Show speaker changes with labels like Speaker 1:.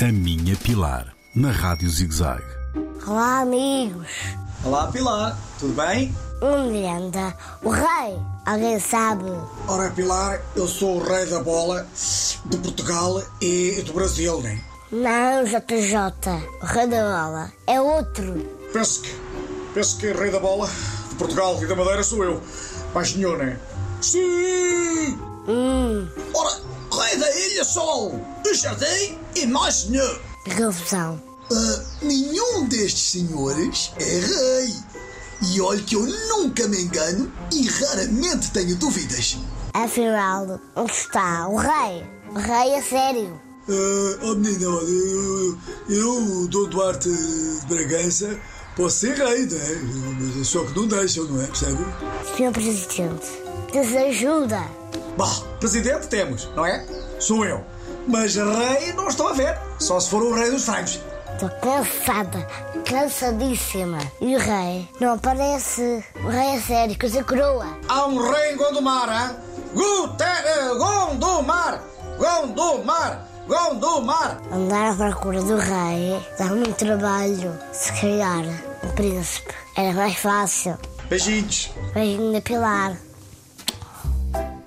Speaker 1: A Minha Pilar, na Rádio ZigZag.
Speaker 2: Olá, amigos.
Speaker 3: Olá Pilar, tudo bem?
Speaker 2: Onde anda o rei? Alguém sabe?
Speaker 4: Ora Pilar, eu sou o rei da bola de Portugal e do Brasil, né?
Speaker 2: Não, JJ. O rei da bola é outro.
Speaker 4: Penso que, penso que rei da bola de Portugal e da Madeira sou eu. Mais nenhum, né? Sim!
Speaker 2: Hum,
Speaker 4: Ora, rei da Ilha Sol, do Jardim e mais nenhum.
Speaker 2: que confusão.
Speaker 5: Ah, nenhum destes senhores é rei. E olhe que eu nunca me engano e raramente tenho dúvidas.
Speaker 2: Afinal, onde está o rei? O rei é sério.
Speaker 4: Eh,
Speaker 5: Ah, oh menina, olha, eu, eu, Dom Duarte de Bragança, posso ser rei, não é? Mas Só que não deixam, não é? Percebe?
Speaker 2: Senhor Presidente, desajuda.
Speaker 4: Bah, presidente temos, não é?
Speaker 5: Sou eu.
Speaker 4: Mas rei não estou a ver, só se for o rei dos frangos.
Speaker 2: Estou cansada, cansadíssima. E o rei não aparece. O rei é sério, coisa coroa.
Speaker 4: Há um rei em Gondomar, hã? Gute- eh, Gondomar! Gondomar! Gondomar!
Speaker 2: Andar à procura do rei dá muito trabalho. Se calhar, um príncipe era mais fácil.
Speaker 4: Beijinhos!
Speaker 2: Beijinho na Pilar.